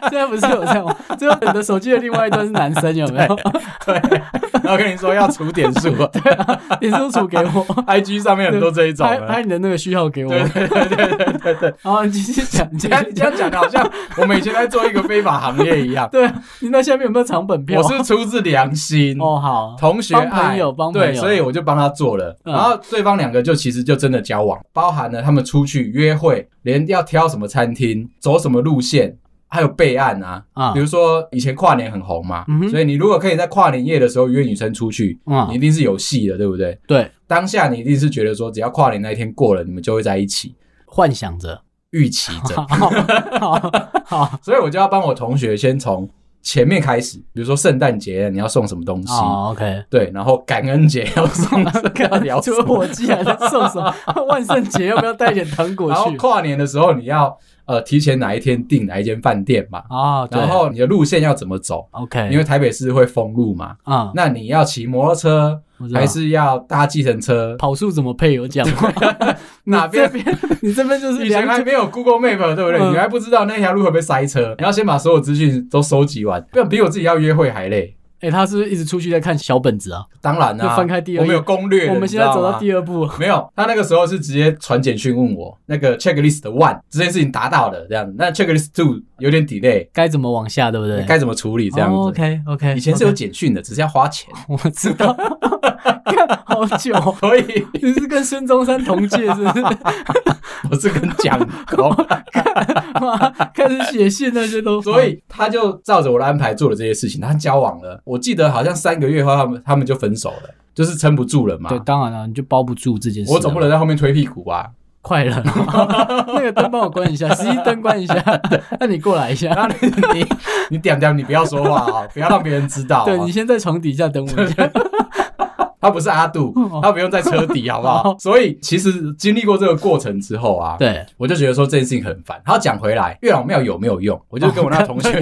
Speaker 2: 现在不是有这样吗？最后你的手机的另外一端是男生，有没有？
Speaker 1: 对，然后跟你说要除点数啊
Speaker 2: 你说出给我，
Speaker 1: ，IG 上 面很多这一种啊
Speaker 2: 拍
Speaker 1: 的。
Speaker 2: 拍你的那个序号给我。
Speaker 1: 对
Speaker 2: 对对对 对对。你继续讲，你
Speaker 1: 这
Speaker 2: 继
Speaker 1: 样
Speaker 2: 续
Speaker 1: 这
Speaker 2: 讲。。
Speaker 1: 样讲的好像我们以前在做一个非法行业一样
Speaker 2: 对啊，你那下面有没有长本票？
Speaker 1: 我是嗯出自良心，
Speaker 2: 哦，好，
Speaker 1: 同学
Speaker 2: 帮
Speaker 1: 爱
Speaker 2: 朋友帮朋友
Speaker 1: 对，所以我就帮他做了。
Speaker 2: 嗯
Speaker 1: 然后对方两个就其实就真的交往，包含了他们出去约会，连要挑什么餐厅、走什么路线，还有备案啊。
Speaker 2: 啊
Speaker 1: 比，如说以前跨年很红嘛，
Speaker 2: 嗯哼
Speaker 1: 所以你如果可以在跨年夜的时候约女生出去，你
Speaker 2: 嗯，
Speaker 1: 一定是有戏的，对不对？
Speaker 2: 对，
Speaker 1: 当下你一定是觉得说，只要跨年那一天过了，你们就会在一起，
Speaker 2: 幻想着，
Speaker 1: 预期着。
Speaker 2: 好，好，好，
Speaker 1: 所以我就要帮我同学先从前面开始，比如说圣诞节你要送什么东西，
Speaker 2: 哦，OK。
Speaker 1: 对，然后感恩节要 送什么要聊什
Speaker 2: 除了
Speaker 1: 么，
Speaker 2: 火鸡还在送什么？ 万圣节要不要带一点糖果
Speaker 1: 然后
Speaker 2: 去？
Speaker 1: 跨年的时候你要呃提前哪一天订哪一间饭店嘛，
Speaker 2: 啊，对
Speaker 1: 然后你的路线要怎么走，
Speaker 2: OK，
Speaker 1: 因为台北市会封路嘛，
Speaker 2: 啊，
Speaker 1: 那你要骑摩托车
Speaker 2: 我知道
Speaker 1: 还是要搭计程车？
Speaker 2: 跑速怎么配有讲 吗？
Speaker 1: 哪边
Speaker 2: 你这边？你这边就是
Speaker 1: 以前
Speaker 2: 两
Speaker 1: 还
Speaker 2: 脚
Speaker 1: 没有 Google Map，对不对？
Speaker 2: 嗯
Speaker 1: 你还不知道那条路会不会塞车，你要先把所有资讯都收集完，不然比我自己要约会还累。
Speaker 2: 哎、他是不是一直出去在看小本子啊？
Speaker 1: 当然啦、
Speaker 2: 就翻开第二页
Speaker 1: 我们有攻略的，
Speaker 2: 我们现在走到
Speaker 1: 二。
Speaker 2: 第二步 了，
Speaker 1: 没有，他那个时候是直接传简讯问我那个 checklist one 这件事情达到了这样，那 checklist two 有点 delay，
Speaker 2: 该怎么往下，对不对？
Speaker 1: 该怎么处理这样子？
Speaker 2: o k OK，
Speaker 1: 以前是有简讯的，只是要花钱，
Speaker 2: 我知 道，看好久。哦
Speaker 1: 所以
Speaker 2: 你是跟孙中山同届是不是？
Speaker 1: 我是跟蒋公，
Speaker 2: 妈开始写信那些都，
Speaker 1: 所以他就照着我的安排做了这些事情，他交往了。我记得好像三个月后，他们他们就分手了，就是撑不住了嘛
Speaker 2: 对，。当然了，你就包不住这件事啊。
Speaker 1: 我总不能在后面推屁股吧？
Speaker 2: 快了， 那个灯帮我关一下，十一灯关一下，那你过来一下。
Speaker 1: 然后你你你点点，你不要说话啊、不要让别人知道、
Speaker 2: 对你
Speaker 1: 啊。
Speaker 2: 先在床底下等我一下。
Speaker 1: 他不是阿杜，
Speaker 2: 哦
Speaker 1: 他不用在车 底，好不好？所以其实经历过这个过程之后啊，
Speaker 2: 对，
Speaker 1: 我就觉得说这件事情很烦。好，讲回来，月老庙有没有用？我就跟我那同 学，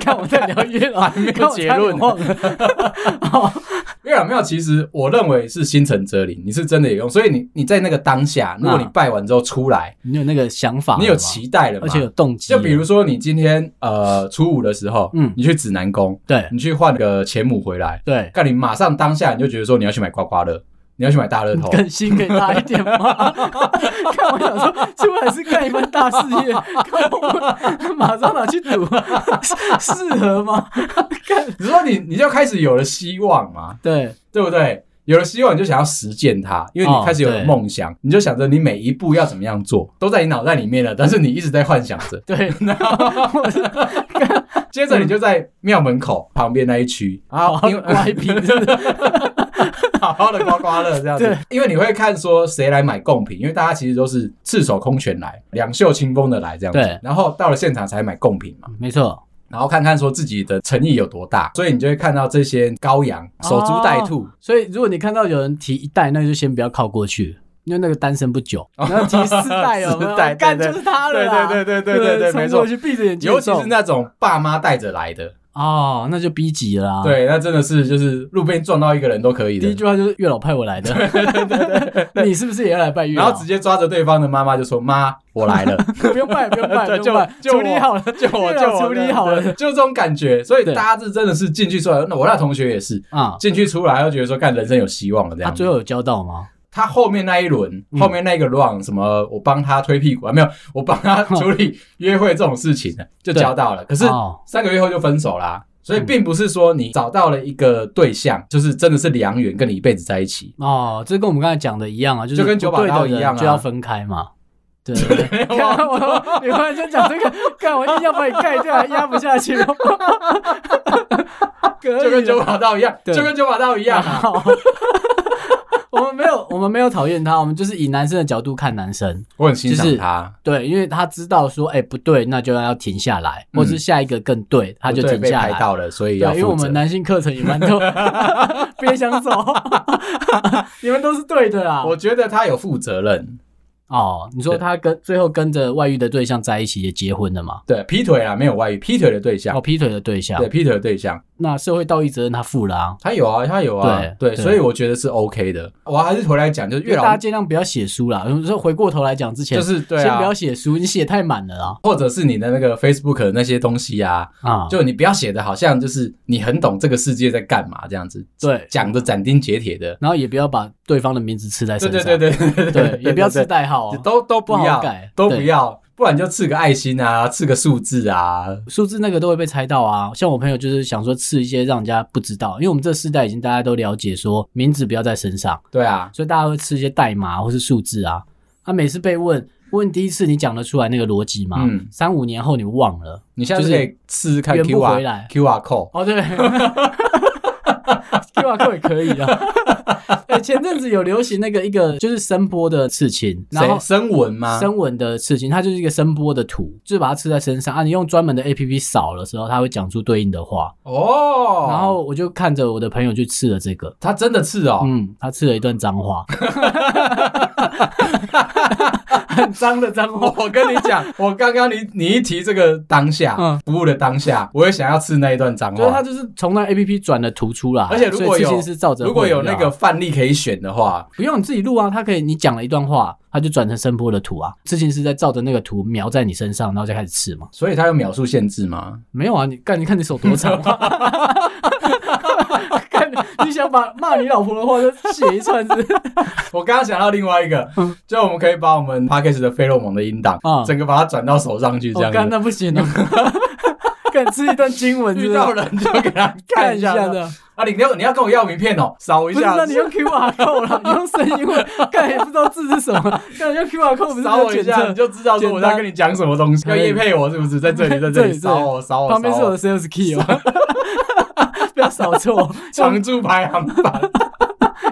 Speaker 2: 看我在聊月老，
Speaker 1: 没有
Speaker 2: 看我
Speaker 1: 结
Speaker 2: 差点
Speaker 1: 论
Speaker 2: 忘了
Speaker 1: 月老庙其实我认为是心诚则灵，你是真的有用。所以你你在那个当
Speaker 2: 啊
Speaker 1: 下，如果你拜完之后出来，
Speaker 2: 你有那个想法了吗，
Speaker 1: 你有期待了嘛？
Speaker 2: 啊而且有动机了，
Speaker 1: 就比如说你今天呃初五的时候，
Speaker 2: 嗯
Speaker 1: 你去指南宫，
Speaker 2: 对
Speaker 1: 你去换个钱母回来，
Speaker 2: 对，
Speaker 1: 看你马上当下你就觉得说你要去买刮刮乐，你要去买大 乐透，
Speaker 2: 更新可以大一点吗？ 看我想说，出来是干一番大事业，看我马上拿去赌， 适适合吗？
Speaker 1: 你说你你就开始有了希望嘛，
Speaker 2: 对，
Speaker 1: 对不对？有了希望，你就想要实践它，因为
Speaker 2: 哦。
Speaker 1: 你开始有了梦想，你就想着你每一步要怎么样做，都在你脑袋里面了，但是你一直在幻想着
Speaker 2: 对，
Speaker 1: 接着你就在庙门口旁边那一区，然
Speaker 2: 好
Speaker 1: 后
Speaker 2: 好
Speaker 1: 因为
Speaker 2: 刮一 瓶子，
Speaker 1: 好好的刮刮乐这样子
Speaker 2: 对，
Speaker 1: 因为你会看说谁来买贡品，因为大家其实都是赤手空拳来，两袖清风的来这样
Speaker 2: 对
Speaker 1: 子，然后到了现场才买贡品嘛，
Speaker 2: 没错，
Speaker 1: 然后看看说自己的诚意有多大，所以你就会看到这些羔羊
Speaker 2: 哦
Speaker 1: 守株待兔，
Speaker 2: 所以如果你看到有人提一袋，那就先不要靠过去。因为那个单身不久，然后提四袋有没有
Speaker 1: 哦四袋？对
Speaker 2: 干
Speaker 1: 对
Speaker 2: 就是他了
Speaker 1: 对
Speaker 2: 啦，
Speaker 1: 对对对对对对
Speaker 2: 冲
Speaker 1: 没
Speaker 2: 过
Speaker 1: 错
Speaker 2: 去闭着眼睛
Speaker 1: 尤
Speaker 2: 就
Speaker 1: 其
Speaker 2: 中，
Speaker 1: 是那种爸妈带着来的，
Speaker 2: 哦，那就逼急了啦。，
Speaker 1: 对，那真的是就是路边撞到一个人都可以
Speaker 2: 第一
Speaker 1: 的。
Speaker 2: 句话就是月老派我来的， 你是不是也要来拜月
Speaker 1: 然
Speaker 2: 老？
Speaker 1: 后直接抓着对方的妈妈就说：“妈，我来 了，
Speaker 2: 不用拜，不用拜，
Speaker 1: 对
Speaker 2: 不用拜，
Speaker 1: 就就
Speaker 2: 处理好了，
Speaker 1: 就我
Speaker 2: 月
Speaker 1: 就
Speaker 2: 老
Speaker 1: 我
Speaker 2: 处理好了
Speaker 1: 对 就这种感觉。”所以
Speaker 2: 对
Speaker 1: 大家是真的是进去出来，那我那同学也是
Speaker 2: 啊。
Speaker 1: 进去出来，就觉得说，看人生有希望了这
Speaker 2: 他
Speaker 1: 样子。
Speaker 2: 啊最后有交到吗？
Speaker 1: 他后面那一轮，
Speaker 2: 嗯
Speaker 1: 后面那个 round 什么，我帮他推屁股啊，没有， 我帮他处理约会这种事情呢，就交到了。可是
Speaker 2: 哦嗯
Speaker 1: 三个月后就分手啦，所以并不是说你找到了一个对象，就是真的是良缘，跟你一辈子在一 起。
Speaker 2: 哦，这跟我们刚才讲的一样啊，就是
Speaker 1: 就跟九把
Speaker 2: 不对的
Speaker 1: 刀一样啊
Speaker 2: 人就要分开嘛。对， 看我，你忽然间讲这个， 看我硬要把你盖掉，还压不下去，可以
Speaker 1: 就跟九把刀一样，
Speaker 2: 对
Speaker 1: 就跟九把刀一
Speaker 2: 一
Speaker 1: 样 啊。
Speaker 2: 我们没有，我们没有讨厌他，我们就是以男生的角度看男生。
Speaker 1: 我很欣
Speaker 2: 就是
Speaker 1: 赏他，
Speaker 2: 对，因为他知道说，哎、不对，那就要停下来，
Speaker 1: 嗯
Speaker 2: 或是下一个更对，他就
Speaker 1: 不对
Speaker 2: 停
Speaker 1: 被
Speaker 2: 下
Speaker 1: 拍
Speaker 2: 来。
Speaker 1: 到了，所以
Speaker 2: 对
Speaker 1: 要，
Speaker 2: 因为我
Speaker 1: 负责
Speaker 2: 们。男性课程也 蛮多，别想走，你们都是对的啦。
Speaker 1: 我觉得他有负责任，
Speaker 2: 哦，你说
Speaker 1: 对
Speaker 2: 他跟最后跟着外遇的对象在一起也结婚了嘛？
Speaker 1: 对劈腿啦，啊没有外遇，劈腿的对象
Speaker 2: 哦，，劈腿的对象
Speaker 1: 对，劈腿的对象。
Speaker 2: 那社会道义责任他负了啊。
Speaker 1: 他有啊，他有啊，
Speaker 2: 对
Speaker 1: 对，
Speaker 2: 对
Speaker 1: 所以我觉得是 OK 的。我还是回来讲，就是月
Speaker 2: 大
Speaker 1: 老
Speaker 2: 家尽量不要写书啦。就是回过头来讲之前，
Speaker 1: 就是对
Speaker 2: 先不
Speaker 1: 啊
Speaker 2: 要，写书，你写太满了啦。
Speaker 1: 或者是你的那个 Facebook 的那些东西啊，
Speaker 2: 啊，
Speaker 1: 就你不要写的好像就是你很懂这个世界在干嘛这样子，
Speaker 2: 对，
Speaker 1: 讲的斩钉截铁的，
Speaker 2: 然后也不要把对方的名字刺在
Speaker 1: 对
Speaker 2: 身
Speaker 1: 对
Speaker 2: 上，
Speaker 1: 对对对
Speaker 2: 对也不要刺
Speaker 1: 对
Speaker 2: 代号、哦，
Speaker 1: 都都不
Speaker 2: 不好
Speaker 1: 要
Speaker 2: 改
Speaker 1: 都
Speaker 2: 对
Speaker 1: 不要，不然就刺个爱心啊，刺个数字啊，
Speaker 2: 数字那个都会被猜到啊。像我朋友就是想说刺一些让人家不知道，因为我们这世代已经大家都了解说名字不要在身上，
Speaker 1: 对啊，
Speaker 2: 所以大家会刺一些代码或是数字啊。他、每次被问问第一次你讲得出来那个逻辑吗？
Speaker 1: 嗯
Speaker 2: 三五年后你忘了
Speaker 1: 你下次
Speaker 2: 就是
Speaker 1: 可以试试看
Speaker 2: 圆不回
Speaker 1: QR
Speaker 2: 来
Speaker 1: QR code，
Speaker 2: 哦，对。Q R code 也可以啊，哎、前阵子有流行那个一个就是声波的刺青，然后
Speaker 1: 谁啊声纹吗？
Speaker 2: 声纹的刺青，它就是一个声波的图，就是把它刺在身上啊。你用专门的 A P P 扫的时候，它会讲出对应的话。
Speaker 1: 哦，
Speaker 2: 然后我就看着我的朋友去刺了这个，
Speaker 1: 他真的刺哦，
Speaker 2: 嗯，他刺了一段脏话， 很脏的脏话。
Speaker 1: 我跟你讲，我刚刚你你一提这个当下、
Speaker 2: 嗯
Speaker 1: 服务的当下，我也想要刺那一段脏
Speaker 2: 就是他
Speaker 1: 话。
Speaker 2: 就是从那 A P P 转的图出来，
Speaker 1: 而且如
Speaker 2: 所
Speaker 1: 果
Speaker 2: 以刺
Speaker 1: 有
Speaker 2: 青是照着
Speaker 1: 如果有
Speaker 2: 混的
Speaker 1: 那
Speaker 2: 啊
Speaker 1: 个范例可以选的话，
Speaker 2: 不用你自己录啊，他可以你讲了一段话，他就转成声波的图啊。刺青是在照着那个图描在你身上，然后再开始刺嘛。
Speaker 1: 所以它有秒数限制 吗？
Speaker 2: 没有啊，你干，你看你手多 长、啊。看你你想把骂你老婆的话都写一 串是不是
Speaker 1: 我刚刚想到另外一个，
Speaker 2: 嗯
Speaker 1: 就我们可以把我们 podcast 的费洛蒙的音档，
Speaker 2: 啊
Speaker 1: 整个把它转到手上去，这
Speaker 2: 我
Speaker 1: 样
Speaker 2: 干
Speaker 1: 子。
Speaker 2: 那 不行啊！敢吃一段经文是不
Speaker 1: 遇
Speaker 2: 是
Speaker 1: 到人就给他
Speaker 2: 看
Speaker 1: 看
Speaker 2: 一
Speaker 1: 一
Speaker 2: 下
Speaker 1: 下
Speaker 2: 的，
Speaker 1: 啊！你要你要跟我要名片哦，扫
Speaker 2: 不
Speaker 1: 一
Speaker 2: 是？
Speaker 1: 下。
Speaker 2: 那你用 QR code 啦，你用声音问，干也不知道字是什么，干用 QR code 不是
Speaker 1: 扫
Speaker 2: 就
Speaker 1: 我一
Speaker 2: 检
Speaker 1: 下，你
Speaker 2: 测？
Speaker 1: 就知道说我在跟你讲什么东西。
Speaker 2: 简
Speaker 1: 要
Speaker 2: 单
Speaker 1: 叶配我是不是？在这里，在
Speaker 2: 这
Speaker 1: 这 里
Speaker 2: 里这里
Speaker 1: 扫我，扫我，
Speaker 2: 旁边是
Speaker 1: 扫
Speaker 2: 哦我的 sales key 哦， 不要扫 错，
Speaker 1: 常驻排行榜。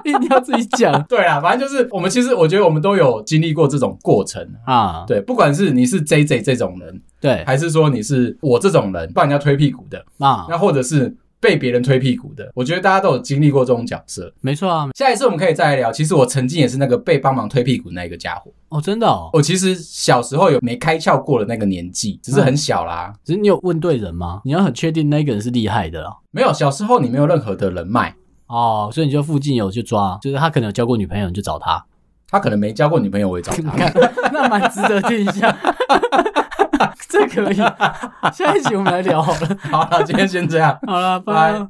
Speaker 2: 一定要自己讲
Speaker 1: 对啊，反正就是我们其实我觉得我们都有经历过这种过程。
Speaker 2: 啊。
Speaker 1: 对，不管是你是 J J 这种人，
Speaker 2: 对
Speaker 1: 还是说你是我这种人，帮人家推屁股的，
Speaker 2: 啊，
Speaker 1: 那或者是被别人推屁股的，我觉得大家都有经历过这种角色。
Speaker 2: 没错啊。
Speaker 1: 下一次我们可以再来聊。其实我曾经也是那个被帮忙推屁股那个家伙。
Speaker 2: 哦，真的哦，
Speaker 1: 我其实小时候有没开窍过的那个年纪，只是很小啦。
Speaker 2: 只是你有问对人吗？你要很确定那个人是厉害的啦。
Speaker 1: 没有，小时候你没有任何的人脉，
Speaker 2: 哦，所以你就附近有就抓，就是他可能有交过女朋友，你就找他。
Speaker 1: 他可能没交过女朋友，我也找
Speaker 2: 你
Speaker 1: 他。
Speaker 2: 看，那蛮值得听一下。 这可以，下一集我们来聊好了。
Speaker 1: 好了，今天先这样。
Speaker 2: 好了，拜。
Speaker 1: 拜